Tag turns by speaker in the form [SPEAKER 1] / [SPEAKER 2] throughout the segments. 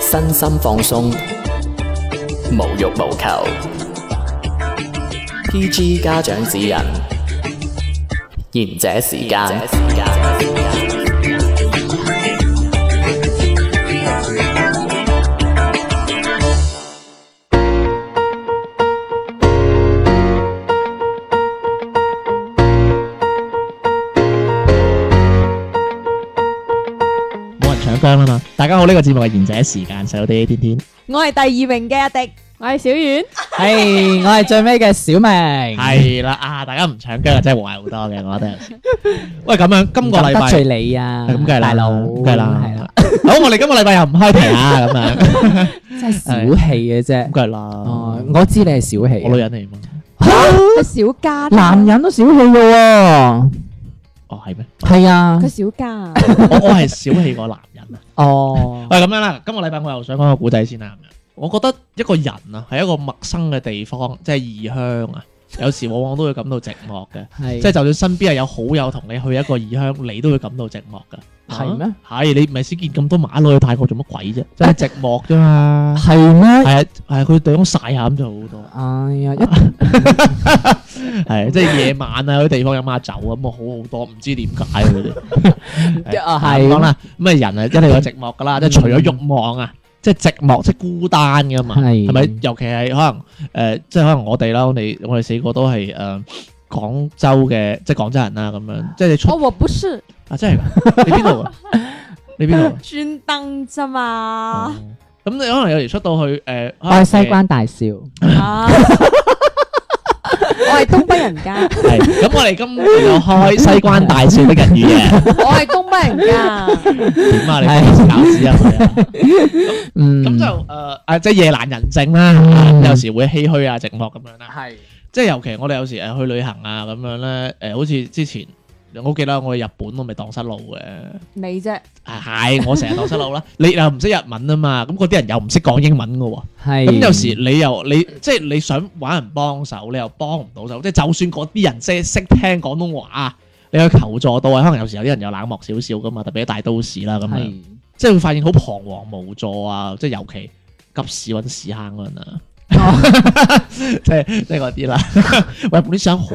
[SPEAKER 1] 身心放鬆，無欲無求。PG 家長指引，賢者時間。
[SPEAKER 2] 冇人搶姜啊嘛！大家好，呢、個節目係賢者時間，細佬啲天天，
[SPEAKER 3] 我系第二名嘅阿迪，我系小远，
[SPEAKER 4] 系，我系最尾嘅小明，
[SPEAKER 2] 係啦啊！大家唔搶姜啊，真係和諧好多嘅，我覺得。 喂，咁樣今個
[SPEAKER 4] 咁
[SPEAKER 2] 禮
[SPEAKER 4] 得罪
[SPEAKER 2] 拜
[SPEAKER 4] 你啊，
[SPEAKER 2] 係咁梗係啦
[SPEAKER 4] 大佬，
[SPEAKER 2] 梗係啦
[SPEAKER 4] 系啦，
[SPEAKER 2] 好，我哋今個禮拜又唔開題 啊，咁樣
[SPEAKER 4] 真系小氣嘅啫
[SPEAKER 2] 咁。梗係啦。
[SPEAKER 4] 哦，我知你係小氣
[SPEAKER 2] 我
[SPEAKER 4] 嘅
[SPEAKER 2] 女，人嚟嘛？
[SPEAKER 3] 佢小家，
[SPEAKER 4] 男人都小氣嘅喎。
[SPEAKER 2] 哦，係咩？
[SPEAKER 4] 係啊
[SPEAKER 3] 佢，小 家啊，
[SPEAKER 2] 我我係小氣過男人啊！
[SPEAKER 4] 哦，
[SPEAKER 2] 喂，咁樣啦，今個禮拜我又想講個古仔先啦。咁樣，我覺得一個人啊，喺一個陌生嘅地方，即係異鄉啊，有時往往都會感到寂寞嘅。
[SPEAKER 4] 係
[SPEAKER 2] 即係就算身邊係有好友同你去一個異鄉，你都會感到寂寞噶。
[SPEAKER 4] 係咩
[SPEAKER 2] 啊？係你唔係先見咁多馬佬去泰國做乜鬼啫？真係寂寞啫嘛。
[SPEAKER 4] 係咩？
[SPEAKER 2] 係啊，係啊佢地方晒下咁就好多。
[SPEAKER 4] 哎呀，一
[SPEAKER 2] 係即係夜晚啊，嗰啲地方飲下酒咁啊，好好多。唔知點解佢哋。
[SPEAKER 4] 啊
[SPEAKER 2] 係咁講
[SPEAKER 4] 係
[SPEAKER 2] 啦，咁啊人啊一定有寂寞噶啦，即係除咗慾望啊，即係寂寞，即係孤單噶嘛，
[SPEAKER 4] 係
[SPEAKER 2] 係咪？尤其係可能呃誒，即係可能我哋啦，我哋我哋四個都係誒廣州嘅，即係廣州人啊啦，咁樣即係你出
[SPEAKER 3] 我哦我不是
[SPEAKER 2] 啊，真係 㗎？你邊度啊？你邊度啊？
[SPEAKER 3] 专登咋
[SPEAKER 2] 哦
[SPEAKER 3] 嘛，
[SPEAKER 2] 咁你可能有時出到去 誒，
[SPEAKER 4] 我
[SPEAKER 2] 我
[SPEAKER 4] 係西關大少，
[SPEAKER 3] 啊我系东北人家，
[SPEAKER 2] 係咁，我哋今年有開西關大少的日語嘅，
[SPEAKER 3] 我系東北人家，
[SPEAKER 2] 點啊？你
[SPEAKER 4] 係
[SPEAKER 2] 講餃子啊？係啊
[SPEAKER 4] 嗯，
[SPEAKER 2] 咁就誒啊，即係夜闌人靜啦
[SPEAKER 4] 嗯，
[SPEAKER 2] 有時會唏噓啊、寂寞咁樣啦。
[SPEAKER 4] 係
[SPEAKER 2] 即係尤其我哋有時誒去旅行啊咁樣咧，誒好似之前我記得我去日本我咪蕩失路嘅，
[SPEAKER 3] 你啫，
[SPEAKER 2] 啊係我成日蕩失路啦。你又唔識日文啊嘛，咁嗰啲人又唔識講英文嘅喎。
[SPEAKER 4] 係
[SPEAKER 2] 咁有時你又你即係你想揾人幫手，你又幫唔到手。即係就算嗰啲人即係識聽廣東話，你去求助到啊，可能有時有啲人又冷漠少少噶嘛，特別喺大都市啦咁樣，
[SPEAKER 4] 係
[SPEAKER 2] 即係會發現好彷徨無助啊！即係尤其急屎揾屎坑嗰陣啊，
[SPEAKER 4] 哦
[SPEAKER 2] 即係即係嗰啲啦。 喂，日本啲屎坑好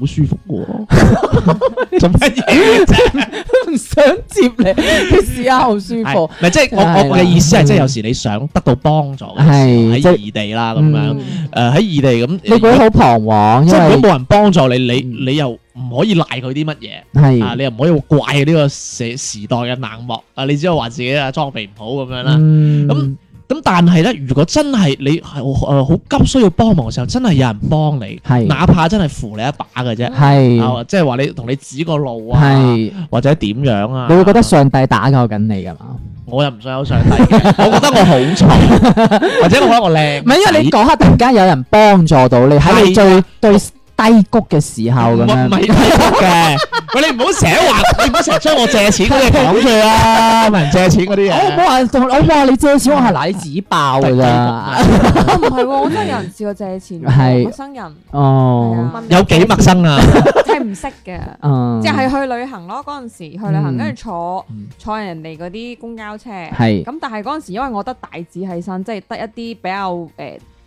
[SPEAKER 2] 好舒服嘅 喎，做乜嘢啫？
[SPEAKER 4] 唔想接你，啲屎眼好舒
[SPEAKER 2] 係
[SPEAKER 4] 服，
[SPEAKER 2] 唔係即係我我我嘅意思係即係有時你想得到幫助嘅時候
[SPEAKER 4] 係
[SPEAKER 2] 喺
[SPEAKER 4] 即係
[SPEAKER 2] 異地啦咁樣，
[SPEAKER 3] 嗯
[SPEAKER 2] 誒喺異地咁
[SPEAKER 4] 你覺得好彷徨，因
[SPEAKER 2] 即係如
[SPEAKER 4] 為
[SPEAKER 2] 果冇人幫助你，你你又唔可以賴佢啲乜嘢啊？
[SPEAKER 4] 係
[SPEAKER 2] 你又唔可以怪呢個社時代嘅冷漠啊！你只可以話自己啊裝備唔好咁樣啦。
[SPEAKER 4] 嗯
[SPEAKER 2] 咁咁但係咧，如果真係你係誒好急需要幫忙嘅時候，真係有人幫你，
[SPEAKER 4] 係
[SPEAKER 2] 哪怕真係扶你一把嘅啫，
[SPEAKER 4] 係
[SPEAKER 2] 啊，即係話你同你指個路啊，
[SPEAKER 4] 係。
[SPEAKER 2] 或者點樣啊？
[SPEAKER 4] 你會覺得上帝打救緊你㗎嘛？
[SPEAKER 2] 我又唔想有上帝 嘅，我覺得我好醜，或者我覺得我靚仔，
[SPEAKER 4] 唔係因為你嗰刻突然間有人幫助到你，喺你最最低谷嘅時候咁
[SPEAKER 2] 唔係唔
[SPEAKER 4] 樣，
[SPEAKER 2] 係嘅。 喂，你唔好成日話，你唔好成日將我借錢嗰啲嘢講出去啦，問人借錢嗰啲
[SPEAKER 4] 我
[SPEAKER 2] 嘢。
[SPEAKER 4] 冇話同我話你借錢，我係嗱你紙爆㗎咋，
[SPEAKER 3] 我啊唔係喎，我真係有人試過借錢喎，
[SPEAKER 4] 係
[SPEAKER 3] 陌生人，
[SPEAKER 4] 哦，
[SPEAKER 2] 有幾陌生啊？
[SPEAKER 3] 即係唔識嘅。
[SPEAKER 4] 嗯，
[SPEAKER 3] 即係去旅行咯，嗰陣時去旅行，
[SPEAKER 4] 嗯
[SPEAKER 3] 跟住坐
[SPEAKER 2] 嗯
[SPEAKER 3] 坐人哋嗰啲公交車，
[SPEAKER 4] 係
[SPEAKER 3] 咁但係嗰陣時，因為我得大指喺身，即係得一啲比較誒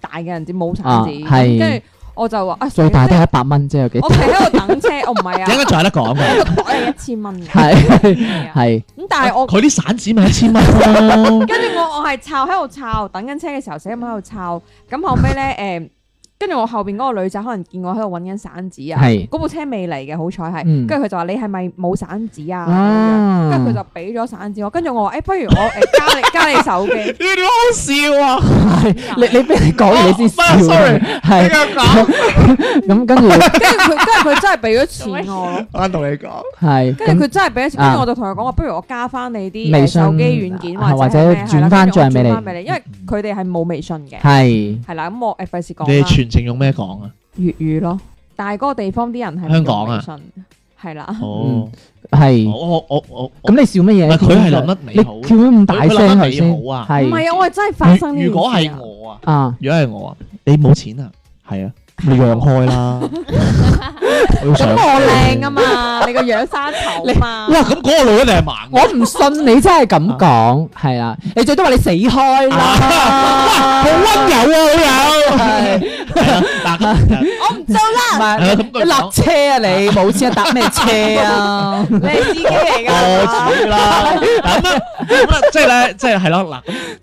[SPEAKER 3] 大嘅人指冇
[SPEAKER 4] 啊
[SPEAKER 3] 產指，
[SPEAKER 4] 係
[SPEAKER 3] 跟住我就話啊，
[SPEAKER 4] 最大
[SPEAKER 3] 死
[SPEAKER 4] 都係
[SPEAKER 3] 啦
[SPEAKER 4] 一百蚊啫，有幾
[SPEAKER 3] 我企喺度等車，我唔 係
[SPEAKER 2] 應
[SPEAKER 3] 啊，
[SPEAKER 2] 該仲有得講嘅。
[SPEAKER 3] 我袋係一千蚊嘅，
[SPEAKER 4] 係
[SPEAKER 3] 係啊
[SPEAKER 4] 係
[SPEAKER 3] 咁但 係我
[SPEAKER 2] 佢啲散紙咪一千蚊 咯。
[SPEAKER 3] 跟住我我係抄喺度抄，等緊車嘅時候死咁喺度抄，咁後尾咧誒。跟住我後邊嗰個女仔可能見我喺度揾緊散紙啊，
[SPEAKER 4] 係
[SPEAKER 3] 嗰部車未嚟嘅，好彩係，
[SPEAKER 4] 嗯
[SPEAKER 3] 跟住佢就話你係咪冇散紙啊？咁樣
[SPEAKER 4] 啊
[SPEAKER 3] 跟住佢就俾咗散紙我，跟住我話：誒、不如我誒、加你加你手 機。
[SPEAKER 2] 你哋好笑啊！
[SPEAKER 4] 你你俾你講完你先笑
[SPEAKER 2] 唔係，sorry 你
[SPEAKER 4] 係
[SPEAKER 2] 咁講，
[SPEAKER 4] 咁跟住
[SPEAKER 3] 跟住佢跟住佢真係俾咗錢我咯。
[SPEAKER 2] 我同你講，
[SPEAKER 4] 係
[SPEAKER 3] 跟住佢
[SPEAKER 4] 咁
[SPEAKER 3] 真係俾咗錢，跟住我就同佢講話，不如我加翻你啲
[SPEAKER 4] 嗯微
[SPEAKER 3] 誒
[SPEAKER 4] 信
[SPEAKER 3] 手機軟件
[SPEAKER 4] 啊
[SPEAKER 3] 或者係咩係
[SPEAKER 4] 或者
[SPEAKER 3] 啦
[SPEAKER 4] 轉返
[SPEAKER 3] 跟住我
[SPEAKER 4] 賬俾你
[SPEAKER 3] 轉返俾你，因為佢哋係冇微信嘅，
[SPEAKER 4] 係
[SPEAKER 3] 係啦，咁我誒費事講啊
[SPEAKER 2] 你
[SPEAKER 3] 啦
[SPEAKER 2] 哋，全程用咩講啊？
[SPEAKER 3] 粵語咯。但係嗰個地方啲人係唔
[SPEAKER 2] 香港啊
[SPEAKER 3] 用微信，係啦，
[SPEAKER 2] 哦，
[SPEAKER 4] 係
[SPEAKER 2] 我我我我我
[SPEAKER 4] 咁你笑乜
[SPEAKER 2] 唔係
[SPEAKER 4] 嘢？
[SPEAKER 2] 佢係諗得美好
[SPEAKER 4] 你叫佢咁大
[SPEAKER 2] 佢佢諗
[SPEAKER 4] 聲
[SPEAKER 2] 得
[SPEAKER 4] 頭先，
[SPEAKER 2] 美好啊
[SPEAKER 3] 唔係啊，我係真係發生呢
[SPEAKER 2] 如
[SPEAKER 3] 件
[SPEAKER 2] 如果
[SPEAKER 3] 事
[SPEAKER 2] 係
[SPEAKER 4] À,
[SPEAKER 3] 啊。
[SPEAKER 2] 我啊，
[SPEAKER 4] 啊
[SPEAKER 2] 如果係我啊，你冇錢啊？係啊，你讓開啦，我要
[SPEAKER 3] 咁
[SPEAKER 2] 上
[SPEAKER 3] 我靚啊嘛， 你個樣生頭嘛，
[SPEAKER 2] 哇！ 咁嗰個女一定係盲嘅。
[SPEAKER 4] 我唔信你真係咁講，係啦，你最多話你死開啦，
[SPEAKER 2] 好温柔啊，好有。
[SPEAKER 4] 係
[SPEAKER 2] 啊嗱 咁
[SPEAKER 3] 我唔做啦，
[SPEAKER 4] 唔
[SPEAKER 2] 係
[SPEAKER 4] 係
[SPEAKER 2] 啊
[SPEAKER 4] 你
[SPEAKER 2] 咁佢講
[SPEAKER 4] 你立車啊你，冇錢啊搭咩車啊？
[SPEAKER 3] 你係司機嚟
[SPEAKER 2] 我
[SPEAKER 3] 㗎，
[SPEAKER 2] 知啦，嗱咁啊咁啊，即係咧，即係係咯，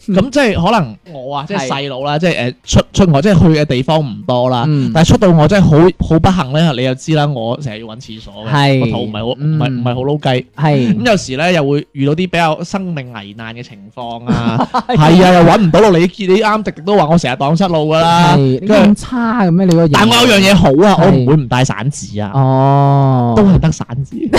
[SPEAKER 2] 嗱咁咁即係可能我啊，即係
[SPEAKER 4] 係
[SPEAKER 2] 細佬啦，即係誒出出外，即係去嘅地方唔多啦
[SPEAKER 4] 嗯，
[SPEAKER 2] 但係出到我真係好好不幸咧，你又知啦，我成日要揾廁所嘅，
[SPEAKER 4] 係
[SPEAKER 2] 個肚唔係好唔係
[SPEAKER 4] 嗯
[SPEAKER 2] 唔係好撈雞。
[SPEAKER 4] 係
[SPEAKER 2] 咁有時咧又會遇到啲比較生命危難嘅情況啊，係啊，又揾唔到路，你你啱直直都話我成日蕩失路噶啦，
[SPEAKER 4] 係，你
[SPEAKER 2] 跟
[SPEAKER 4] 咁
[SPEAKER 2] 住
[SPEAKER 4] 差嘅咩？你個人
[SPEAKER 2] 但我有樣嘢好啊，我
[SPEAKER 4] 係
[SPEAKER 2] 唔會唔帶散紙啊，
[SPEAKER 4] 哦，
[SPEAKER 2] 都係得散 紙，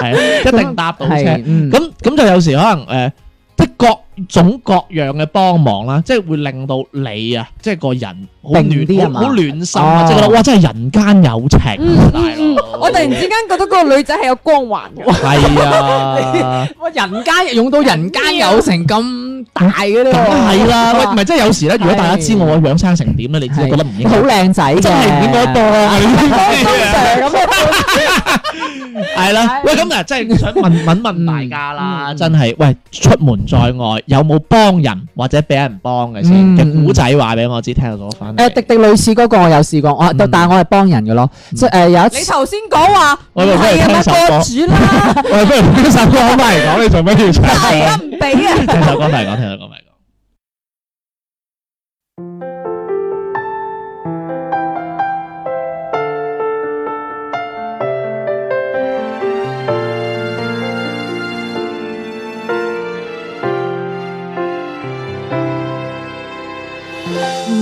[SPEAKER 2] 係啊，一定搭到車。
[SPEAKER 4] 係嗯
[SPEAKER 2] 咁咁就有時可能誒，即係各種各樣嘅幫忙啦，即係會令到你啊，即係個人好
[SPEAKER 4] 定啲係
[SPEAKER 2] 暖
[SPEAKER 4] 嘛
[SPEAKER 2] 好好暖心啊，
[SPEAKER 4] 哦
[SPEAKER 2] 即係覺得哇，真係人間有情
[SPEAKER 3] 嗯
[SPEAKER 2] 啊，大
[SPEAKER 3] 嗯嗯
[SPEAKER 2] 佬，
[SPEAKER 3] 我突然之間覺得嗰個女仔係有光環嘅，
[SPEAKER 2] 係 啊。
[SPEAKER 4] 哇！人間用到人間有成咁大嘅呢
[SPEAKER 2] 梗係
[SPEAKER 4] 個，
[SPEAKER 2] 啦，喂，唔係即係有時咧，如果大家知我樣生成點咧，你知
[SPEAKER 4] 哦係
[SPEAKER 2] 覺得唔應
[SPEAKER 4] 好
[SPEAKER 2] 該，
[SPEAKER 4] 靚仔嘅，
[SPEAKER 2] 真係唔應該當啊！
[SPEAKER 4] 咁樣
[SPEAKER 2] 係啦，喂，咁嗱，即係想問問問大家啦，真係，喂，出門在外有冇幫人或者俾人幫嘅先
[SPEAKER 4] 嗯
[SPEAKER 2] 嘅古仔話俾我知，聽到咗翻嚟。
[SPEAKER 4] 誒呃迪迪類似嗰個我有試過，我
[SPEAKER 2] 嗯
[SPEAKER 4] 但但係我係幫人嘅咯，即係誒有一
[SPEAKER 3] 你
[SPEAKER 4] 次
[SPEAKER 3] 頭先講話唔
[SPEAKER 2] 我以為
[SPEAKER 3] 係啊
[SPEAKER 2] 聽
[SPEAKER 3] 嘛，
[SPEAKER 2] 首
[SPEAKER 3] 個
[SPEAKER 2] 歌
[SPEAKER 3] 主啦，
[SPEAKER 2] 我哋不如聽首歌翻嚟講，你做咩要唱
[SPEAKER 3] 但 係而家？唔俾啊。
[SPEAKER 2] 聽首歌翻嚟講，聽首歌翻嚟講。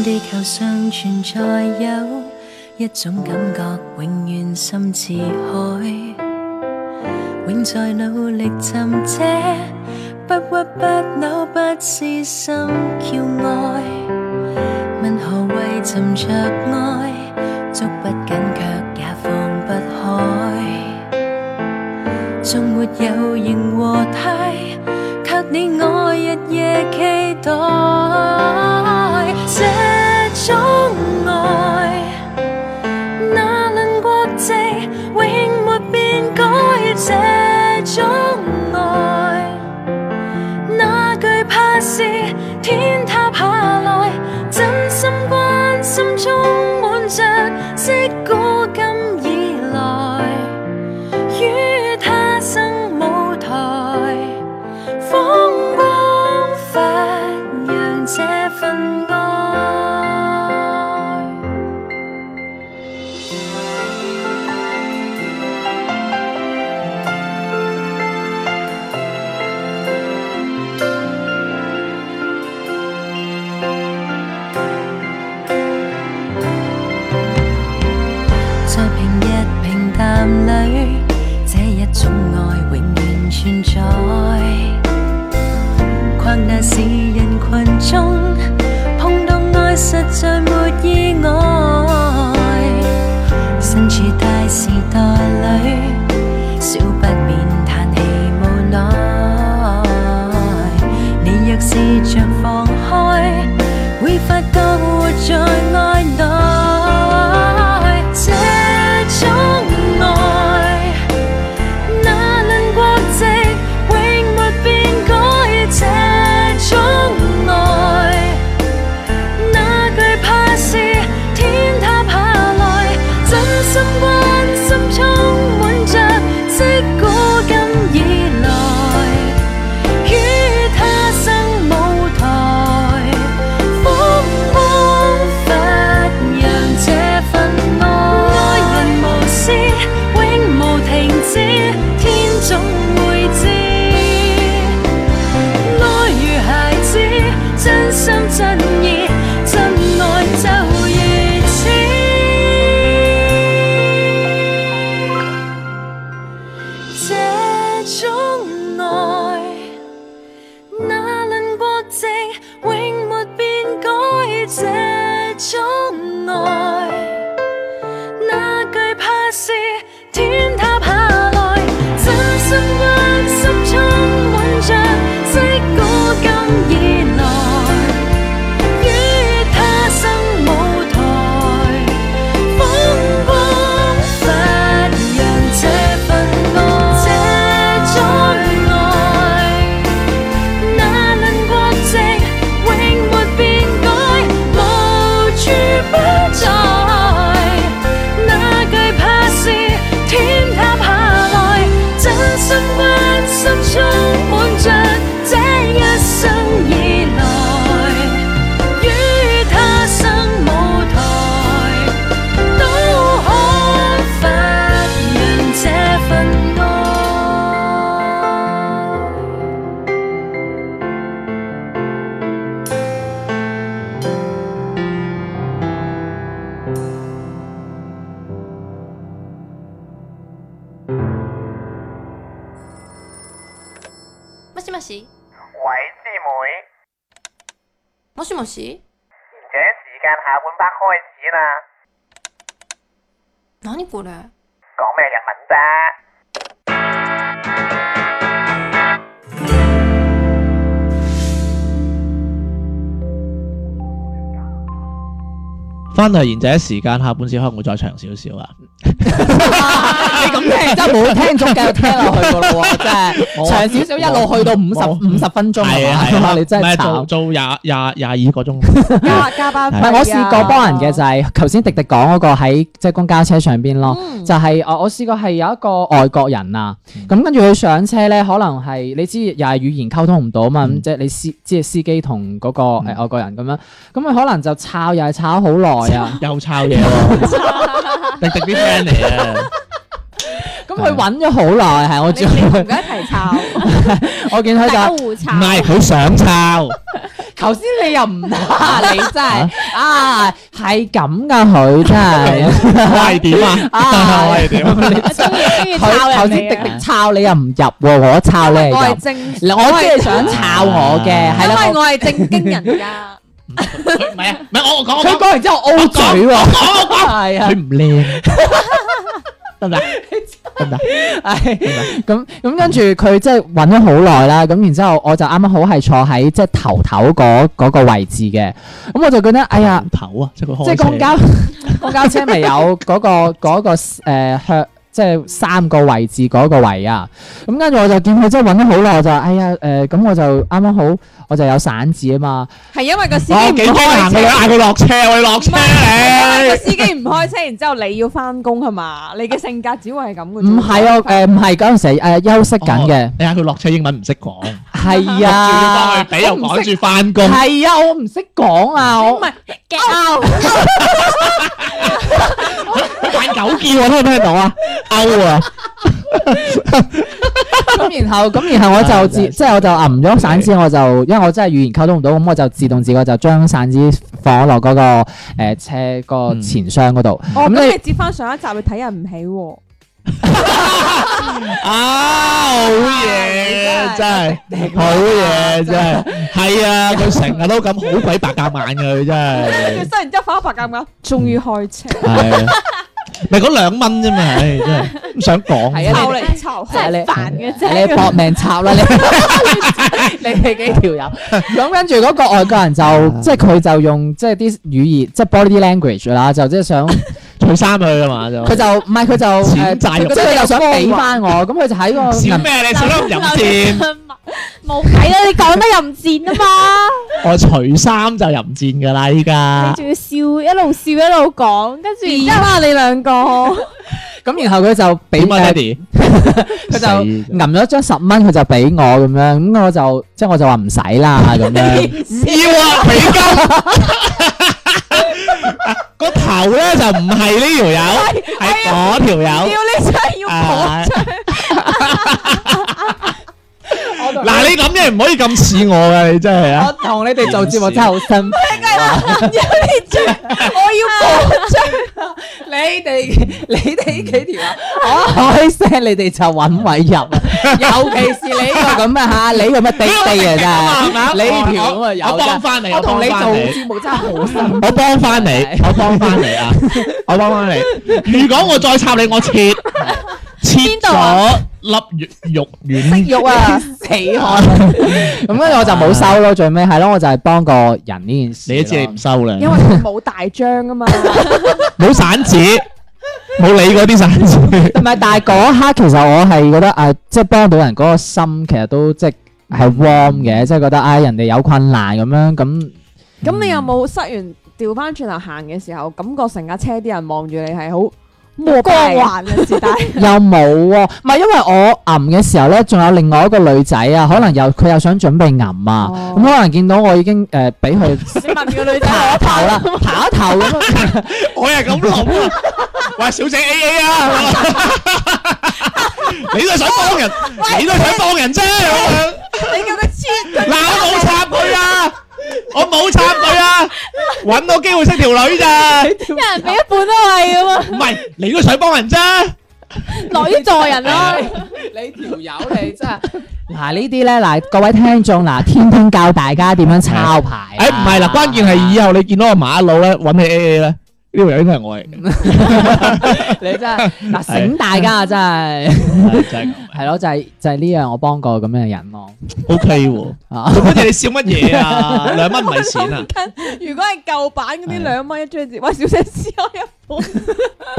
[SPEAKER 5] 地球上存在有一種感覺，永遠深似海，永在努力尋姐，不屈不撓，不是心叫愛。問何謂尋着愛？捉不緊卻也放不開，縱沒有形和態。卻你我日夜期待，這種愛哪論國籍，永沒變改。這種愛哪懼怕是天塌下來，真心關心充滿着，自古今以來，於他生舞台。風光發揚這份愛。在平日平淡裏，這一種愛永遠存在。框那是人群中碰到愛，實在沒意外。身處大時代裏，少不免嘆氣無奈。你若是像放開。會發覺活在愛內，這種愛哪論國籍，永沒變改。這種しもし
[SPEAKER 6] 喂，師妹，
[SPEAKER 5] もしもし
[SPEAKER 6] 而且時間下半 part 開始啦，
[SPEAKER 5] 何これ
[SPEAKER 6] 講咩日文啫？
[SPEAKER 2] 翻嚟賢者時間下半時可能會再長少少啊。
[SPEAKER 4] 你咁聽真係冇聽足，繼續聽落去 噶咯喎，真
[SPEAKER 2] 冇
[SPEAKER 4] 係
[SPEAKER 2] 啊
[SPEAKER 4] 長少少一路去到
[SPEAKER 2] 冇
[SPEAKER 4] 五十五十分鐘係嘛係嘛？ 你真
[SPEAKER 2] 唔係
[SPEAKER 4] 係慘
[SPEAKER 2] 做。做廿廿廿二個鐘，
[SPEAKER 3] 加加班
[SPEAKER 2] 唔
[SPEAKER 4] 唔
[SPEAKER 3] 費
[SPEAKER 4] 係，
[SPEAKER 3] 啊
[SPEAKER 4] 我試過幫人嘅就係頭先迪迪講嗰個喺即係公交車上邊咯，
[SPEAKER 3] 嗯
[SPEAKER 4] 就係呃我我試過係有一個外國人啊，
[SPEAKER 2] 嗯
[SPEAKER 4] 咁跟住佢上車咧，可能係你知又係語言溝通唔到啊嘛，
[SPEAKER 2] 嗯
[SPEAKER 4] 咁即係你司即係司機同嗰個誒外國人咁樣，咁佢可能就抄又係抄好耐 啊，
[SPEAKER 2] 又抄嘢喎，滴滴啲 friend 嚟嘅。
[SPEAKER 4] 咁佢揾咗好耐，係我
[SPEAKER 3] 你
[SPEAKER 4] 仲
[SPEAKER 3] 你同佢一齊抄，
[SPEAKER 4] 我見佢
[SPEAKER 5] 大家
[SPEAKER 4] 就
[SPEAKER 5] 互炒
[SPEAKER 2] 唔係佢想抄，
[SPEAKER 4] 頭先你又唔得， 你真係啊係咁噶佢真係。
[SPEAKER 2] 我係點啊？
[SPEAKER 4] 啊
[SPEAKER 2] 我係點？
[SPEAKER 5] 中意中意
[SPEAKER 4] 佢
[SPEAKER 5] 炒人
[SPEAKER 4] 頭先
[SPEAKER 5] 哋
[SPEAKER 4] 迪
[SPEAKER 5] 啊
[SPEAKER 4] 迪抄你又唔入喎，我抄你又
[SPEAKER 3] 我
[SPEAKER 4] 入
[SPEAKER 3] 係。正，
[SPEAKER 4] 嗱我啊真係想炒我嘅，係
[SPEAKER 3] 因
[SPEAKER 4] 啦。
[SPEAKER 3] 為
[SPEAKER 4] 我
[SPEAKER 3] 我係正經人㗎。
[SPEAKER 2] 唔係啊，唔係我我講我
[SPEAKER 4] 佢
[SPEAKER 2] 講，
[SPEAKER 4] 講完之後 O 嘴喎，係啊
[SPEAKER 2] 佢，唔靚，得唔得？得唔得？
[SPEAKER 4] 係咁咁跟住佢即係揾咗好耐啦，咁然之後我就啱啱好係坐喺即係頭頭嗰嗰個位置嘅，咁我就覺得哎呀，
[SPEAKER 2] 頭啊，即係佢開
[SPEAKER 4] 即係公交公交車咪有嗰個嗰個誒向。即係三個位置嗰個位啊，咁跟住我就見佢真係揾咗好耐，我就哎呀誒，咁、我就啱啱好，我就有散紙啊嘛，
[SPEAKER 3] 係因為個司機
[SPEAKER 2] 我
[SPEAKER 3] 唔
[SPEAKER 2] 幾驚行
[SPEAKER 3] 開
[SPEAKER 2] 個女
[SPEAKER 3] 車，
[SPEAKER 2] 嗌佢落車，我要落車
[SPEAKER 3] 因為個
[SPEAKER 2] 你。
[SPEAKER 3] 司機唔開車，然之後你要翻工係嘛？你嘅性格只會係咁嘅。
[SPEAKER 4] 唔係啊，誒、唔係嗰陣時係、誒休息緊嘅
[SPEAKER 2] 哦，你嗌佢落車英文唔識講，仲
[SPEAKER 4] 係
[SPEAKER 2] 要
[SPEAKER 4] 啊，
[SPEAKER 2] 幫佢俾又趕住翻工，
[SPEAKER 4] 係啊，我唔識講啊，我
[SPEAKER 3] 唔係
[SPEAKER 2] 佢扮狗叫我聽唔聽到 啊？勾啊！
[SPEAKER 4] 咁然後咁然後我就自
[SPEAKER 2] 啊真係
[SPEAKER 4] 即係我就揞咗散紙，我就因為我真係語言溝通唔到，咁我就自動自覺就將散紙放咗落嗰個誒車
[SPEAKER 2] 嗯
[SPEAKER 4] 個前箱嗰度。
[SPEAKER 3] 哦，
[SPEAKER 4] 咁
[SPEAKER 3] 咁
[SPEAKER 4] 你
[SPEAKER 3] 你接翻上一集，你睇人唔起喎。
[SPEAKER 2] 啊，好嘢，真係好嘢，真係係啊！佢成日都咁好鬼白鴿眼嘅，佢真
[SPEAKER 3] 跟
[SPEAKER 2] 係
[SPEAKER 3] 住然之後反白鴿眼，終於開車，
[SPEAKER 2] 係啊。咪嗰兩蚊啫嘛，唉，真係唔想講。
[SPEAKER 4] 係啊
[SPEAKER 3] 臭嚟臭去。
[SPEAKER 5] 真係
[SPEAKER 4] 你
[SPEAKER 5] 煩嘅啫
[SPEAKER 4] 你搏命插啦你，你哋幾條友。咁跟住嗰個外國人
[SPEAKER 2] 啊
[SPEAKER 4] 就即係佢就用即係啲語言即係 body language 啦，就即係想。
[SPEAKER 2] 除衫佢啊嘛就。
[SPEAKER 4] 佢就唔係佢就誒，
[SPEAKER 2] 錢
[SPEAKER 4] 即
[SPEAKER 2] 債肉
[SPEAKER 4] 係佢就想俾翻我，咁佢就喺個
[SPEAKER 2] 笑
[SPEAKER 4] 銀
[SPEAKER 2] 咩？你笑得咁淫賤，
[SPEAKER 5] 冇計啦，你講得又唔賤啊嘛，
[SPEAKER 2] 我除衫就淫賤噶啦，依家
[SPEAKER 5] 你仲要笑一路笑一路講，跟住然之後
[SPEAKER 3] 啦，你兩個
[SPEAKER 4] 咁，然後佢就俾
[SPEAKER 2] 點啊，
[SPEAKER 4] 誒
[SPEAKER 2] 爹哋？
[SPEAKER 4] 佢就
[SPEAKER 2] 死
[SPEAKER 4] 揞咗張十蚊，佢就俾我咁樣，咁我就即係我就話唔使啦咁 樣，
[SPEAKER 2] 唔要啊，俾金。個頭咧就唔係呢條友，係嗰條
[SPEAKER 3] 要
[SPEAKER 2] 友。
[SPEAKER 3] 你真係要講。
[SPEAKER 2] 啊嗱，你咁嘅唔可以咁似我噶，你真係啊！
[SPEAKER 4] 我同你哋做節目真係好辛苦，我要播出，你哋 你哋呢幾條啊， 我開聲你哋就揾位入 啊，尤其是你呢個咁嘅嚇，你咁嘅地地啊
[SPEAKER 2] 係咪啊
[SPEAKER 4] 真係，你條咁嘅友
[SPEAKER 2] 我幫翻你，
[SPEAKER 4] 我同你
[SPEAKER 2] 幫
[SPEAKER 4] 做
[SPEAKER 2] 返
[SPEAKER 4] 節目真係好辛苦。
[SPEAKER 2] 我幫翻你，我幫翻你啊！我幫翻你。如果我再插你，我切切
[SPEAKER 5] 邊度啊
[SPEAKER 2] 咗粒肉肉丸。
[SPEAKER 4] 肉啊， 死我！咁跟住我就冇收咯，最尾係咯，我就係幫個人呢件事咯。
[SPEAKER 2] 你都知你唔收啦，
[SPEAKER 3] 因為佢冇大張啊嘛，
[SPEAKER 2] 冇散紙，冇理嗰啲散紙。
[SPEAKER 4] 唔係，但係嗰一刻其實我係覺得啊，即係幫到人嗰個心，其實都即係係 warm 嘅，即係覺得啊，人哋有困難咁樣咁。
[SPEAKER 3] 咁你有冇塞完調翻轉頭行嘅時候，感覺成架車啲人望住你係好
[SPEAKER 5] 冇
[SPEAKER 3] 光
[SPEAKER 5] 計
[SPEAKER 3] 環啊嘅事，但係
[SPEAKER 4] 又冇喎，唔係因為我揞嘅時候咧，仲有另外一個女仔啊，可能又佢又想準備揞啊，
[SPEAKER 3] 哦
[SPEAKER 4] 咁可能見到我已經誒俾佢
[SPEAKER 3] 你問個女仔
[SPEAKER 4] 爬一頭啦，爬一頭咁樣。
[SPEAKER 2] 我又咁諗啊！喂，小姐 A A 啊！你都係想幫人，你都係想幫人啫。咁
[SPEAKER 3] 你叫佢切
[SPEAKER 2] 樣嗱，我冇插佢啊！我冇插佢啊！揾到機會識條女咋？
[SPEAKER 5] 有人俾一半都係咁啊，
[SPEAKER 2] 唔係，你都想幫人啫。
[SPEAKER 3] 樂於助人咯。
[SPEAKER 4] 你條友你真係嗱呢啲咧嗱，各位聽眾嗱，天天教大家點樣抄牌。
[SPEAKER 2] 诶，唔係啦，關 鍵係以後你見到個馬佬咧，揾你 A A 咧，呢條友應該係我嚟嘅，
[SPEAKER 4] 你真係嗱醒大家啊，真係
[SPEAKER 2] 係真係咁。
[SPEAKER 4] 係咯，就係就係呢樣我幫過咁樣嘅人咯。
[SPEAKER 2] O K 喎，
[SPEAKER 4] 啊，
[SPEAKER 2] 跟住你笑乜嘢 啊？兩蚊唔係錢啊！
[SPEAKER 3] 如果係舊版嗰
[SPEAKER 2] 係
[SPEAKER 3] 啲兩蚊一張紙，喂，小姐撕開一本，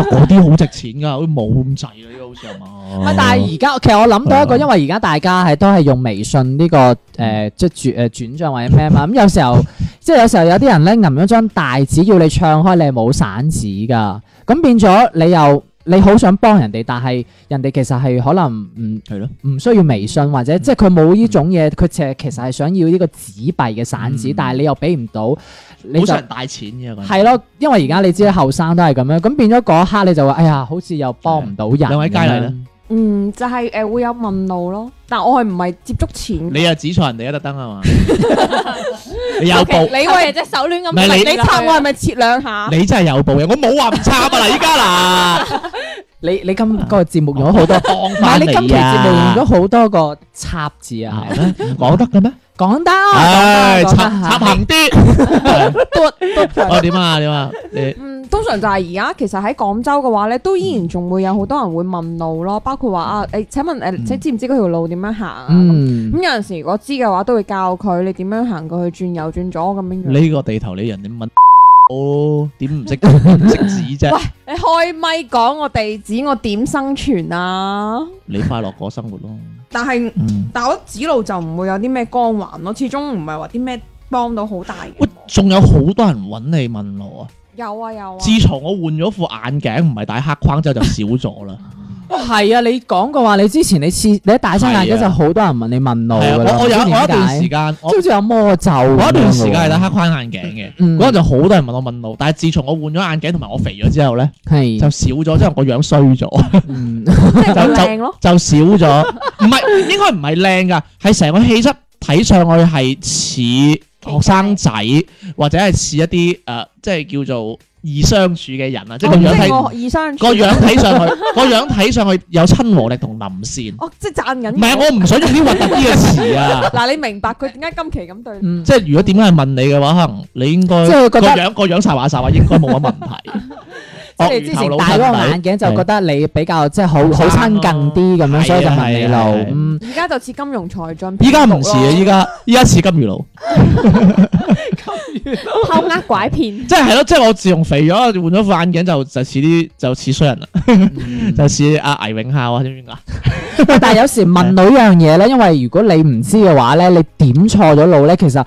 [SPEAKER 2] 嗰啲好值錢㗎，好似冇咁滯啊啦，呢個好似係嘛？
[SPEAKER 4] 唔係，啊但係而家其實我諗到一個，因為而家大家係都係用微信呢個誒即係轉誒呃轉帳或者咩嘛，咁有時候 即係有時候有啲人咧揞咗張大紙要你唱開，你係冇散紙㗎，咁變咗你又。你好想幫人哋，但係人哋其實係可能唔
[SPEAKER 2] 係咯，
[SPEAKER 4] 唔需要微信，或者即係佢冇呢種嘢，佢其實其實係想要呢個紙幣嘅散紙，
[SPEAKER 2] 嗯
[SPEAKER 4] 但係你又俾唔到，你
[SPEAKER 2] 好
[SPEAKER 4] 就
[SPEAKER 2] 少人帶錢嘅嗰陣
[SPEAKER 4] 係咯，因為而家你知後生都係咁樣，咁變咗嗰一刻你就話，哎呀，好似又幫唔到人咁樣。
[SPEAKER 2] 兩位佳麗咧
[SPEAKER 3] 嗯，就係誒會有問路咯，但我係唔係接觸錢？
[SPEAKER 2] 你又指錯人哋啊，特登係嘛？ 你有報，
[SPEAKER 3] 你喂隻手亂咁
[SPEAKER 2] 唔係你
[SPEAKER 3] 你啊插我係咪切兩
[SPEAKER 4] 啊
[SPEAKER 3] 下？
[SPEAKER 2] 你真係有報嘅，我冇話唔插啊嗱，依家 嗱，
[SPEAKER 4] 你你今個節目用咗好多，
[SPEAKER 2] 當
[SPEAKER 4] 唔係
[SPEAKER 2] 翻
[SPEAKER 4] 你今期節目用
[SPEAKER 2] 啊
[SPEAKER 4] 咗好多個插字啊，
[SPEAKER 2] 係咩？唔講得嘅咩？
[SPEAKER 4] 講得，
[SPEAKER 2] 唉，
[SPEAKER 4] 講得
[SPEAKER 2] 插插行 啲，
[SPEAKER 3] 嘟嘟
[SPEAKER 2] 我點啊點啊？你
[SPEAKER 3] 嗯，通常就係而家，其實喺廣州嘅話咧，都依然仲會有好多人會問路咯，包括話啊，
[SPEAKER 2] 嗯
[SPEAKER 3] 誒請問誒，請知唔知嗰條路點樣行啊？咁
[SPEAKER 4] 嗯，
[SPEAKER 3] 咁有陣時如果知嘅話，都會教佢你點樣行過去，轉右轉左咁樣。你
[SPEAKER 2] 呢個地頭你人點問？哦，點 唔識唔識指啫？
[SPEAKER 3] 你開咪講我地址，我點生存啊？
[SPEAKER 2] 你快樂過生活咯。
[SPEAKER 3] 但係
[SPEAKER 2] 嗯，
[SPEAKER 3] 但我指路就唔會有啲咩光環咯，始終唔係話啲咩幫到好大
[SPEAKER 2] 喂
[SPEAKER 3] 嘅。，
[SPEAKER 2] 仲有好多人揾你問路啊！
[SPEAKER 3] 有啊有啊，
[SPEAKER 2] 自從我換咗副眼鏡，唔係戴黑框之後就少咗啦。
[SPEAKER 4] 哇係啊，你講嘅話，你之前你次你一戴上眼
[SPEAKER 2] 係啊
[SPEAKER 4] 鏡就 好多人問你問路
[SPEAKER 2] 係啊，
[SPEAKER 4] 㗎啦，
[SPEAKER 2] 我我有
[SPEAKER 4] 唔知
[SPEAKER 2] 我有一
[SPEAKER 4] 點
[SPEAKER 2] 段
[SPEAKER 4] 解
[SPEAKER 2] 時間，我
[SPEAKER 4] 即係好似有魔咒咁樣㗎喎，
[SPEAKER 2] 我一段時間係戴黑框眼鏡嘅，
[SPEAKER 4] 嗯
[SPEAKER 2] 嗰陣就好多人問我問路，但係自從我換咗眼鏡同埋我肥咗之後咧，
[SPEAKER 4] 係
[SPEAKER 2] 就少咗，即係個樣衰咗，
[SPEAKER 4] 嗯
[SPEAKER 3] 即係
[SPEAKER 2] 就
[SPEAKER 3] 佢
[SPEAKER 2] 就
[SPEAKER 3] 靚咯。
[SPEAKER 2] 就少咗，唔係應該唔係靚㗎，係成個氣質睇上去係似學生仔或者係似一啲誒、呃即係叫做易相處嘅人啊，
[SPEAKER 3] 哦
[SPEAKER 2] 即係個樣睇
[SPEAKER 3] 我易相處
[SPEAKER 2] 個樣睇上去 個樣睇上去有親和力同臨善，
[SPEAKER 3] 哦，即係讚緊。
[SPEAKER 2] 唔係啊我唔想用啲核突啲嘅詞啊。
[SPEAKER 3] 嗱，你明白佢點解今期咁對你？
[SPEAKER 4] 嗯，
[SPEAKER 2] 即係如果點解係問你嘅話，可能你應該
[SPEAKER 4] 即係覺得
[SPEAKER 2] 個樣個樣撒話撒話應該冇乜問題。
[SPEAKER 4] 即係你之前戴嗰個眼鏡就覺得你比較即係好
[SPEAKER 2] 後生
[SPEAKER 4] 好親
[SPEAKER 2] 咯
[SPEAKER 4] 近啲咁樣，所以就問你
[SPEAKER 2] 係啊係啊
[SPEAKER 4] 路，嗯。
[SPEAKER 3] 而家就似金融財進，
[SPEAKER 2] 依家唔似 啊！依家依家似金魚佬，
[SPEAKER 3] 偷呃拐騙。
[SPEAKER 2] 即係係咯，即係我自從肥咗換咗副眼鏡就就似啲就似衰人啦，
[SPEAKER 4] 嗯
[SPEAKER 2] 就似阿倪永孝啊，知唔知點解？
[SPEAKER 4] 但係有時問到一樣嘢咧，因為如果你唔知嘅話咧，你點錯咗路咧，其實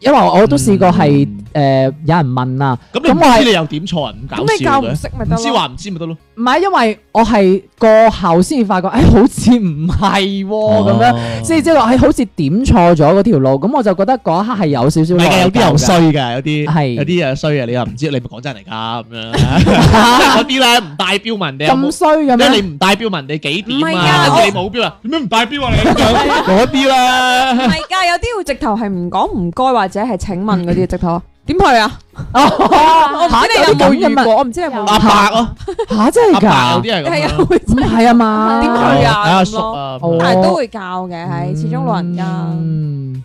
[SPEAKER 4] 因為我我都試過係誒、
[SPEAKER 2] 嗯
[SPEAKER 4] 呃有人問啊，
[SPEAKER 2] 咁你唔
[SPEAKER 4] 咁我係
[SPEAKER 2] 知你又點錯啊人，唔搞
[SPEAKER 3] 咁你
[SPEAKER 2] 笑
[SPEAKER 3] 教唔
[SPEAKER 2] 嘅，
[SPEAKER 3] 識咪
[SPEAKER 2] 唔
[SPEAKER 3] 得
[SPEAKER 2] 知
[SPEAKER 3] 咯？
[SPEAKER 2] 話唔知咪得咯。
[SPEAKER 4] 唔係因為我係過後先至發覺，誒、哎好似唔係喎
[SPEAKER 2] 哦
[SPEAKER 4] 哦咁樣，
[SPEAKER 2] 樣
[SPEAKER 4] 即係即係哎話誒好似點錯咗嗰條路，咁我就覺得嗰一刻係有少少
[SPEAKER 2] 唔係嘅，有啲又
[SPEAKER 4] 內疚㗎
[SPEAKER 2] 衰嘅，有啲
[SPEAKER 4] 係
[SPEAKER 2] 有啲又衰嘅，你又唔知，你咪講真嚟㗎咁樣。嗰啲咧唔帶標問你有冇
[SPEAKER 4] 咁衰咁
[SPEAKER 2] 即係
[SPEAKER 4] 樣，
[SPEAKER 2] 你唔帶標問你幾
[SPEAKER 3] 唔
[SPEAKER 2] 點
[SPEAKER 3] 係
[SPEAKER 2] 啊？
[SPEAKER 3] 啊
[SPEAKER 2] 跟住你冇標啊？點解唔帶標啊？你咁樣嗰啲
[SPEAKER 3] 唔
[SPEAKER 2] 啦，
[SPEAKER 3] 係㗎，有啲會直頭係唔講唔該或者係請問嗰啲，直頭話點去啊？我唔
[SPEAKER 4] 哦嚇
[SPEAKER 3] 知你有冇
[SPEAKER 4] 有啲咁
[SPEAKER 3] 遇
[SPEAKER 4] 嘅
[SPEAKER 3] 過，我唔知你有冇
[SPEAKER 2] 阿
[SPEAKER 3] 遇過。
[SPEAKER 2] 伯咯，
[SPEAKER 4] 嚇真係
[SPEAKER 2] 阿伯有
[SPEAKER 4] 㗎，
[SPEAKER 2] 啲係
[SPEAKER 3] 係
[SPEAKER 2] 咁
[SPEAKER 3] 啊
[SPEAKER 2] 樣。
[SPEAKER 3] 會
[SPEAKER 4] 唔係啊嘛，
[SPEAKER 3] 點佢去啊
[SPEAKER 2] 哦阿
[SPEAKER 3] 咁
[SPEAKER 2] 叔
[SPEAKER 3] 咯
[SPEAKER 2] 啊，
[SPEAKER 4] 哦
[SPEAKER 2] 咁樣
[SPEAKER 3] 但係都會教嘅，係始終老人家。
[SPEAKER 4] 嗯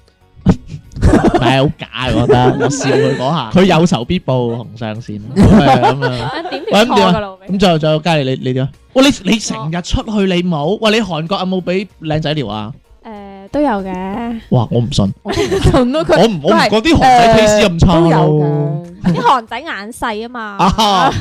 [SPEAKER 2] 係好假，我覺得我笑佢嗰下，佢有仇必報，紅上線係咁啊。
[SPEAKER 5] 點
[SPEAKER 2] 喂咁點
[SPEAKER 5] 錯嘅
[SPEAKER 2] 啊
[SPEAKER 5] 路？俾
[SPEAKER 2] 咁仲有仲有，嘉莉你你點啊？哇！你你成日出去你冇，喂！你韓國有冇俾靚仔撩啊？
[SPEAKER 5] 誒都有嘅，
[SPEAKER 2] 哇！我唔信，
[SPEAKER 3] 同到
[SPEAKER 2] 我
[SPEAKER 3] 佢
[SPEAKER 2] 唔我唔覺得啲韓仔 taste 咁差
[SPEAKER 3] 都有
[SPEAKER 2] 咯。
[SPEAKER 3] 嘅。
[SPEAKER 5] 啲韓仔眼細啊嘛，
[SPEAKER 2] 啊！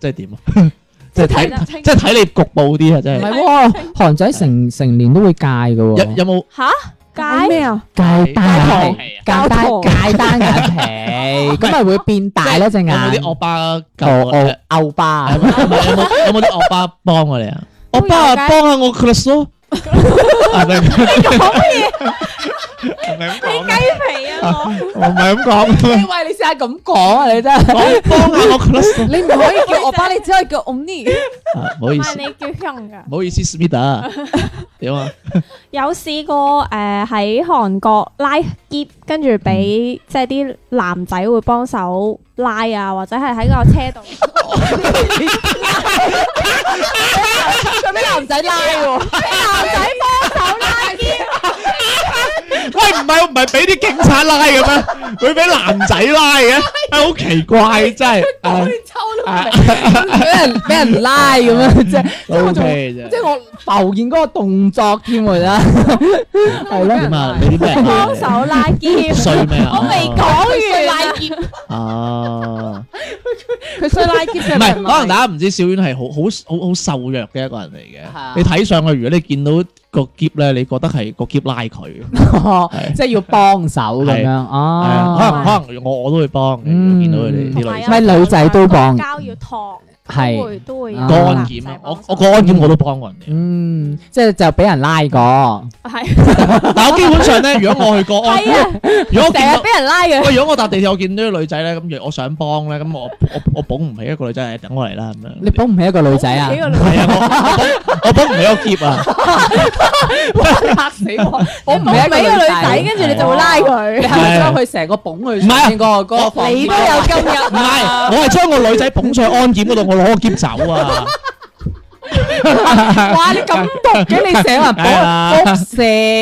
[SPEAKER 2] 即係點啊？即係睇
[SPEAKER 5] 得清
[SPEAKER 2] 即係睇你局部啲啊！真
[SPEAKER 4] 唔
[SPEAKER 2] 係
[SPEAKER 4] 係喎，韓仔成成年都會戒嘅
[SPEAKER 2] 有
[SPEAKER 4] 喎，
[SPEAKER 2] 有冇？
[SPEAKER 5] 嚇
[SPEAKER 3] 教咩
[SPEAKER 5] 解
[SPEAKER 3] 啊？
[SPEAKER 4] 戒單眼
[SPEAKER 2] 戒
[SPEAKER 4] 皮，戒
[SPEAKER 3] 膠
[SPEAKER 4] 單
[SPEAKER 3] 糖
[SPEAKER 4] 戒單眼皮，咁咪會變大咧隻眼。
[SPEAKER 2] 有冇啲惡霸救
[SPEAKER 4] 哦
[SPEAKER 2] 我
[SPEAKER 4] 哦
[SPEAKER 2] 哋？
[SPEAKER 4] 歐巴
[SPEAKER 2] 有，冇有冇有冇啲惡霸幫我哋啊？
[SPEAKER 5] 都
[SPEAKER 2] 惡
[SPEAKER 5] 有
[SPEAKER 2] 霸啊
[SPEAKER 5] 嘅
[SPEAKER 2] 幫下我 class 咯。係咪
[SPEAKER 5] 你講乜嘢？
[SPEAKER 2] 係咪咁講啊
[SPEAKER 5] 雞皮啊！
[SPEAKER 2] 我唔係咁講，
[SPEAKER 4] 你喂，你試下咁講啊！你真係，
[SPEAKER 2] 講幫下我 close。
[SPEAKER 3] 你唔可以叫我爸，你只可以叫 Omni。
[SPEAKER 2] 啊唔好意
[SPEAKER 7] 唔
[SPEAKER 2] 思
[SPEAKER 7] 係，你叫香噶
[SPEAKER 5] à.
[SPEAKER 2] 唔。好意思，Smita。點啊？
[SPEAKER 7] 有試過
[SPEAKER 5] à,
[SPEAKER 7] 誒喺韓國拉結，跟住俾即係啲男仔會幫手拉
[SPEAKER 5] à,
[SPEAKER 7] 啊，或者係喺個車度。
[SPEAKER 3] 佢俾男仔拉喎，
[SPEAKER 2] 喂，唔係唔係俾啲警察拉嘅咩？佢俾男仔拉嘅，係好奇怪真係。啊
[SPEAKER 4] 俾人俾人拉咁樣，即係即係我
[SPEAKER 2] O
[SPEAKER 4] 仲
[SPEAKER 2] K 啊啫
[SPEAKER 4] 即。係我浮現嗰個動作添喎，真係咯。
[SPEAKER 2] 點啊？你啲咩人拉
[SPEAKER 7] 幫
[SPEAKER 2] 你？
[SPEAKER 7] 手拉結，
[SPEAKER 2] 衰咩啊？我未
[SPEAKER 7] 講完啦。
[SPEAKER 2] 啊！
[SPEAKER 3] 佢衰拉結
[SPEAKER 2] 唔
[SPEAKER 3] 嘅
[SPEAKER 2] 係，可能大家唔知小丸係好好好好瘦弱嘅一個人嚟
[SPEAKER 4] 係啊
[SPEAKER 2] 嘅。你睇上去，如果你見到個夾咧，你覺得係個夾拉佢。
[SPEAKER 4] 哦即係要幫手咁樣
[SPEAKER 2] 係啊，
[SPEAKER 4] 哦。
[SPEAKER 2] 可能可能我我都會幫嘅，
[SPEAKER 4] 嗯
[SPEAKER 2] 見到佢哋啲女
[SPEAKER 5] à.
[SPEAKER 4] 咪
[SPEAKER 5] 啊
[SPEAKER 2] 仔
[SPEAKER 4] 女仔都幫
[SPEAKER 7] 膠要燙，
[SPEAKER 4] 係
[SPEAKER 7] 都會都會
[SPEAKER 4] 啊
[SPEAKER 2] 個案檢啊，我我個案檢我都幫過人嘅。
[SPEAKER 4] Ừ. 嗯，即係就俾人拉過，
[SPEAKER 7] 係
[SPEAKER 2] 但我基本上咧，如果我去個案，
[SPEAKER 7] 係啊，
[SPEAKER 2] 如果我見
[SPEAKER 7] 成日
[SPEAKER 2] 到
[SPEAKER 7] 俾人拉嘅。
[SPEAKER 2] 喂，如果我搭地鐵我見到啲女仔咧，咁若我想幫咧，咁我我我捧唔起一個女仔，等我嚟啦咁樣。
[SPEAKER 4] 你保唔起一個女仔啊？
[SPEAKER 2] 係啊， 我我捧我捧唔起個夾 啊！
[SPEAKER 4] 嚇死我！保唔
[SPEAKER 7] 我
[SPEAKER 4] 起一
[SPEAKER 7] 俾
[SPEAKER 4] 個
[SPEAKER 7] 個
[SPEAKER 4] 女
[SPEAKER 7] 女
[SPEAKER 4] 仔，
[SPEAKER 7] 仔，跟住你就會拉
[SPEAKER 4] 你
[SPEAKER 7] 佢。
[SPEAKER 4] 係咪將佢成個捧佢
[SPEAKER 2] 唔係啊
[SPEAKER 4] 上嗰個嗰個房？
[SPEAKER 3] 你都有今日，
[SPEAKER 2] 唔係，我係將個女仔捧上去安檢嗰度，我攞個夾走啊！
[SPEAKER 4] 哇！你咁毒嘅，你成日話保
[SPEAKER 2] 係啊
[SPEAKER 4] 輻射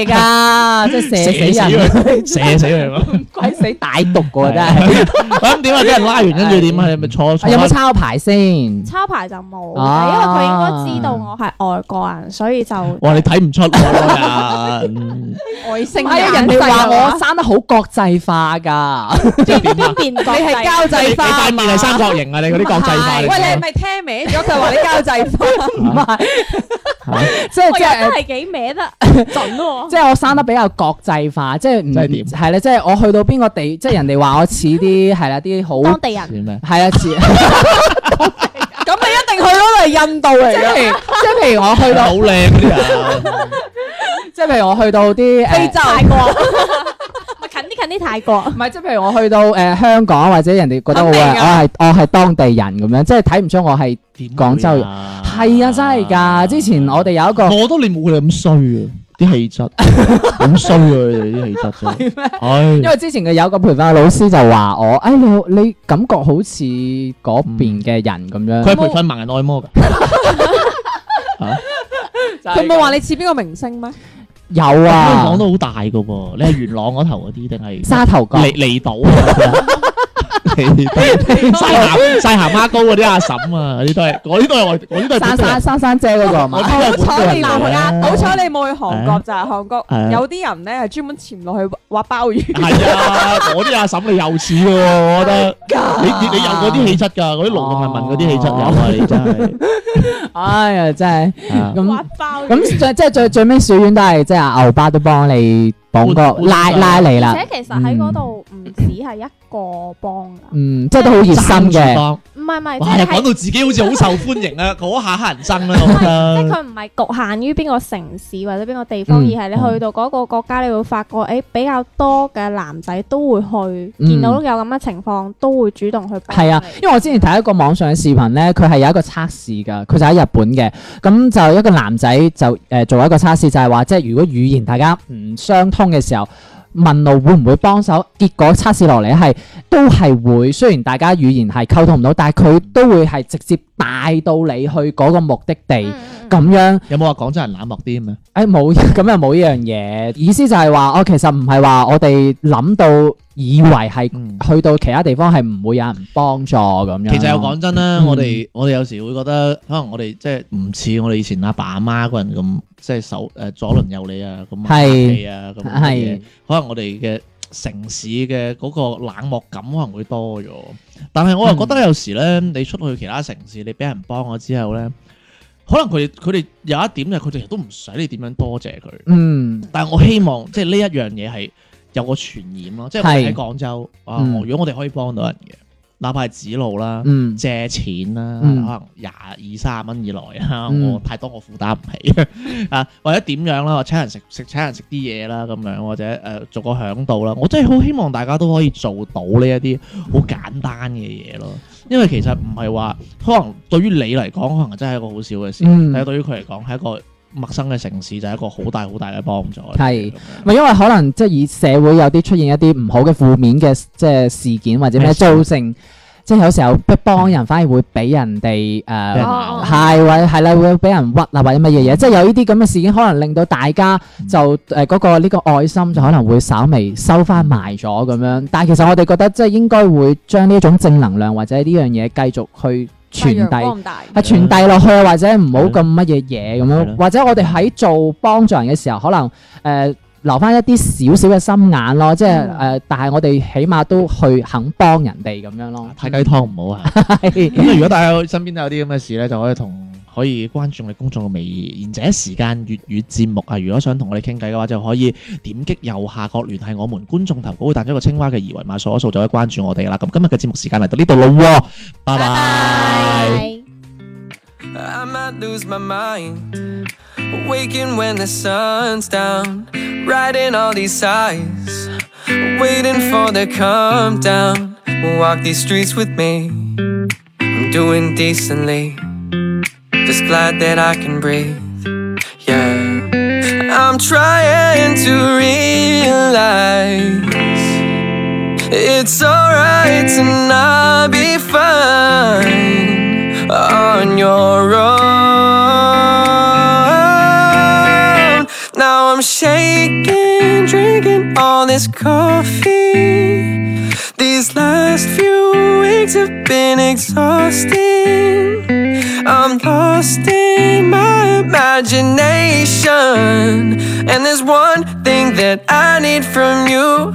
[SPEAKER 4] 㗎，即係 射死人，
[SPEAKER 2] 射死 佢，射死佢咯！
[SPEAKER 4] 鬼死歹毒喎！真係。
[SPEAKER 2] 咁點啊？俾人拉完跟住點啊？你咪坐坐
[SPEAKER 4] 有冇
[SPEAKER 2] 翻
[SPEAKER 4] 抄牌先？
[SPEAKER 7] 抄牌就冇，
[SPEAKER 3] 哦
[SPEAKER 4] 啊
[SPEAKER 7] 因為佢應該知道我係外國人，所以就
[SPEAKER 2] 哇！你睇唔出我啊！ 嗯
[SPEAKER 3] 外星
[SPEAKER 4] 唔係啊，人哋話我生得好國際化㗎，
[SPEAKER 2] 即係點啊？
[SPEAKER 7] 變國
[SPEAKER 3] 你係交
[SPEAKER 2] 即係你
[SPEAKER 3] 際
[SPEAKER 2] 你
[SPEAKER 3] 花啊
[SPEAKER 2] 塊
[SPEAKER 3] 嘛
[SPEAKER 2] 面係三角形啊！你嗰啲國際化嚟
[SPEAKER 3] 喂，
[SPEAKER 2] 㗎，
[SPEAKER 3] 你係咪聽歪咗？佢話你交際花，
[SPEAKER 4] 唔 係，即
[SPEAKER 7] 我
[SPEAKER 4] 係即
[SPEAKER 7] 又真
[SPEAKER 4] 係。
[SPEAKER 7] 係幾歪 得準喎。
[SPEAKER 4] 即係我生得比較國際化，即係唔
[SPEAKER 2] 即係點
[SPEAKER 4] 係啦，即係我去到邊個地，即係人哋話我似啲係啦，啲好
[SPEAKER 7] 當地人
[SPEAKER 2] 算咩？
[SPEAKER 4] 係啊似，
[SPEAKER 3] 咁你一定去嗰度係印度嚟
[SPEAKER 4] 即係
[SPEAKER 3] 嘅，
[SPEAKER 4] 譬如即係譬如我去
[SPEAKER 2] 好
[SPEAKER 4] 到，
[SPEAKER 2] 靚嗰啲人，
[SPEAKER 4] 即係譬如我去到啲
[SPEAKER 3] 非
[SPEAKER 4] 誒，
[SPEAKER 3] 洲
[SPEAKER 7] 泰國，咪近啲近啲泰 國。
[SPEAKER 4] 唔係即係譬如我去到誒香港或者人哋覺得我
[SPEAKER 3] 肯
[SPEAKER 4] 係
[SPEAKER 3] 定
[SPEAKER 4] 我
[SPEAKER 3] 啊
[SPEAKER 4] 係我係當地人咁樣，即係睇唔出我係
[SPEAKER 2] 點會
[SPEAKER 4] 廣州人
[SPEAKER 2] 啊
[SPEAKER 4] 係啊真係㗎。之前我哋有一個
[SPEAKER 2] 我覺得你冇佢哋咁衰啊，啲氣 質好衰啊！佢哋啲氣質真係，
[SPEAKER 4] 因
[SPEAKER 2] 係
[SPEAKER 4] 為之前嘅有個培訓嘅老師就話我，哎你好你感覺好似嗰邊嘅人咁樣，
[SPEAKER 2] 佢係培訓盲人按摩㗎。
[SPEAKER 3] 佢冇話你似邊個明星咩？
[SPEAKER 4] 有
[SPEAKER 2] 香港
[SPEAKER 4] 啊，
[SPEAKER 2] 都好大㗎喎，你係元朗嗰頭嗰啲定係
[SPEAKER 4] 沙頭角
[SPEAKER 2] 離離島 啊？離島晒鹹晒鹹蝦膏嗰啲阿嬸啊，嗰啲都係，嗰啲都係我，嗰啲都係
[SPEAKER 4] 珊
[SPEAKER 2] 本地人
[SPEAKER 4] 珊珊珊姐嗰個係
[SPEAKER 2] 我
[SPEAKER 4] 嘛
[SPEAKER 2] 呢？個係本地人
[SPEAKER 3] 好
[SPEAKER 2] 嚟
[SPEAKER 3] 彩
[SPEAKER 2] 嘅
[SPEAKER 3] 啊好彩你冇去韓國咋，韓國
[SPEAKER 2] 係啊
[SPEAKER 3] 有啲人咧係專門潛落去挖鮑 魚。
[SPEAKER 2] 係啊，嗰啲阿嬸你又似嘅喎，我覺
[SPEAKER 4] Oh
[SPEAKER 2] 得你你你有嗰啲氣質㗎，嗰啲勞動人民嗰啲氣質
[SPEAKER 4] 哦
[SPEAKER 2] 有啊，你真係
[SPEAKER 4] 哎呀，真係
[SPEAKER 2] 啊
[SPEAKER 4] 咁
[SPEAKER 7] 爆
[SPEAKER 4] 咁最即係最最尾小院都係即係阿牛巴都幫你
[SPEAKER 2] 搬
[SPEAKER 4] 綁個拉
[SPEAKER 2] 搬
[SPEAKER 4] 拉你啦
[SPEAKER 7] 而，且其實喺嗰度唔止係一個幫噶，
[SPEAKER 4] 嗯，即係都好熱心
[SPEAKER 2] 爭住
[SPEAKER 4] 嘅，
[SPEAKER 2] 幫
[SPEAKER 7] 唔係唔係，
[SPEAKER 2] 哇！
[SPEAKER 7] 即
[SPEAKER 2] 又
[SPEAKER 7] 係
[SPEAKER 2] 講到
[SPEAKER 7] 喺
[SPEAKER 2] 自己好似好受歡 迎啊，嗰下黑人憎啦，我覺
[SPEAKER 7] 即係
[SPEAKER 2] 得。
[SPEAKER 7] 佢唔係局限於邊個城市或者邊個地方，而
[SPEAKER 4] 嗯
[SPEAKER 7] 係你去到嗰個國家，你會發覺誒比較多嘅男仔都會去，
[SPEAKER 4] 嗯
[SPEAKER 7] 見到有咁嘅情況都會主動去幫你。
[SPEAKER 4] 係啊，因為我之前睇一個網上嘅視頻咧，佢係有一個測試㗎，佢就喺日本嘅，咁就一個男仔就誒、呃做一個測試，就係話即係如果語言大家唔相通嘅時候。問路會唔會幫手？結果測試落嚟係都係會，雖然大家語言係溝通唔到，但係佢都會係直接帶到你去嗰個目的地
[SPEAKER 7] 嗯，嗯
[SPEAKER 4] 咁樣
[SPEAKER 2] 有冇話廣州人冷漠啲咁樣？
[SPEAKER 4] 誒冇，咁又冇呢樣嘢。意思就係話，我其實唔係話我哋諗到以為係
[SPEAKER 2] 嗯
[SPEAKER 4] 去到其他地方係唔會有人幫助咁樣咯。
[SPEAKER 2] 其實又講真啦，
[SPEAKER 4] 嗯
[SPEAKER 2] 我哋我哋有時會覺得，可能我哋即係唔似我哋以前阿爸阿媽嗰人咁，即係手誒左鄰右里啊，咁客
[SPEAKER 4] 係
[SPEAKER 2] 氣啊，咁嘅嘢
[SPEAKER 4] 係。
[SPEAKER 2] 可能我哋嘅城市嘅嗰個冷漠感可能會多咗，但係我又覺得有時咧，你出去其他城市，你俾人幫咗之後咧，可能佢哋佢哋有一點就係佢哋都唔使你點樣多謝佢，
[SPEAKER 4] 嗯
[SPEAKER 2] 但係我希望即係呢一樣嘢係有個傳染咯，即係我哋
[SPEAKER 4] 係
[SPEAKER 2] 喺廣州啊，
[SPEAKER 4] 嗯
[SPEAKER 2] 我如果我哋可以幫到人嘅。哪怕係指路啦。
[SPEAKER 4] 嗯
[SPEAKER 2] 借錢啦，可
[SPEAKER 4] 嗯
[SPEAKER 2] 能廿二三蚊以內啊，
[SPEAKER 4] 嗯
[SPEAKER 2] 我太多我負擔唔起 啊，或者點樣啦，我請人食食請人食啲嘢啦咁樣，或者誒、呃做個響度啦，我真係好希望大家都可以做到呢一啲好簡單嘅嘢咯，因為其實唔係話可能對於你嚟講，可能真係一個好少嘅事，
[SPEAKER 4] 嗯
[SPEAKER 2] 但係對於佢嚟講係一個陌生嘅城市，就係、一個好大好大嘅幫助。
[SPEAKER 4] 係
[SPEAKER 2] 咁樣
[SPEAKER 4] 咪因為可能即係以社會有啲出現一啲唔好嘅負面嘅即係事件或者咩
[SPEAKER 2] 咩事
[SPEAKER 4] 造成，即係有時候不幫人反而會俾人哋
[SPEAKER 2] 俾人
[SPEAKER 4] 誒
[SPEAKER 2] 鬧
[SPEAKER 3] 哦
[SPEAKER 4] 係或係啦會俾人屈啊或者乜嘢嘢，即係有呢啲咁嘅事件可能令到大家
[SPEAKER 2] 嗯
[SPEAKER 4] 就誒呃嗰個呢個愛心就可能會稍微收翻埋咗咁樣，但係其實我哋覺得即係應該會將呢一種正能量或者呢樣嘢繼續去傳遞。
[SPEAKER 3] 大
[SPEAKER 4] 係傳遞啊落去，或者唔好咁乜嘢嘢咁
[SPEAKER 2] 係
[SPEAKER 4] 樣，
[SPEAKER 2] 咯
[SPEAKER 4] 或者我哋喺做幫助人嘅時候，可能誒、呃留翻一啲少少嘅心眼咯，即係誒、
[SPEAKER 3] 嗯
[SPEAKER 4] 呃但係我哋起碼都去肯幫人哋咁樣咯。
[SPEAKER 2] 太雞湯唔好啊！
[SPEAKER 4] 係
[SPEAKER 2] 咁如果大家身邊都有啲咁嘅事咧，就可以同可以關注我哋公眾嘅微賢者時間粵語節目啊！如果想同我哋傾偈嘅話，就可以點擊右下角聯繫我們觀眾投稿，會彈咗個青蛙嘅二維碼掃一掃，就可以關注我哋啦。咁今日嘅節目時間嚟到呢度咯喎，拜拜。
[SPEAKER 8] I might lose my mind. Waking when the sun's down, writing all these sighs, waiting for the calm down. Walk these streets with me. I'm doing decently, just glad that I can breathe. Yeah, I'm trying to realize it's alright to not be fine on your own. Now I'm shaking, drinking all this coffee. These last few weeks have been exhausting. I'm lost in my imagination. And there's one thing that I need from you.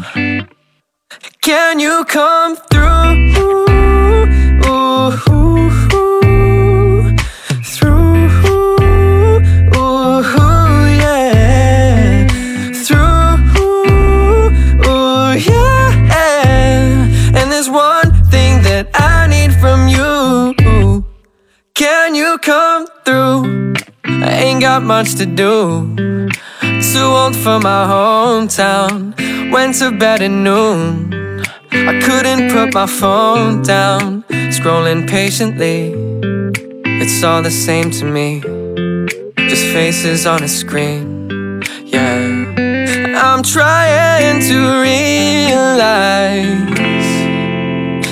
[SPEAKER 8] Can you come through? Through, yeah. Through, yeah. And there's one thing that I need from you. Can you come through? I ain't got much to do too old for my hometown. Went to bed at noon. I couldn't put my phone down. Scrolling patiently, it's all the same to me. Just faces on a screen. Yeah, I'm trying to realize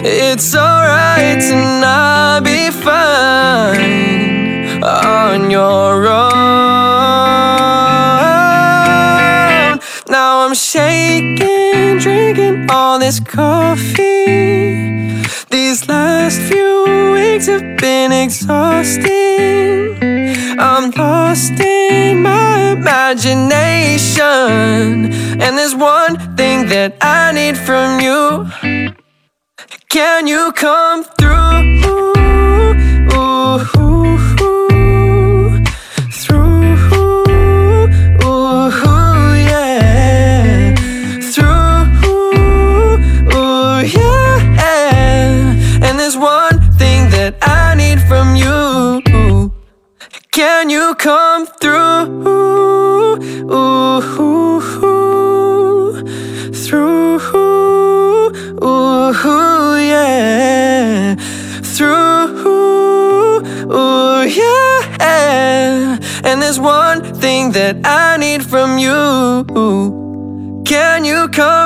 [SPEAKER 8] it's alright to not be fine on your own. Now I'm shaking, drinking all this coffee. These last few weeks have been exhausting. I'm lost in my imagination. And there's one thing that I need from you. Can you come through? Through, yeah. Through, yeah. And there's one thing that I need from you. Can you come through? Through, yeah. Through, yeah. And there's one thing that I need from you. Can you come?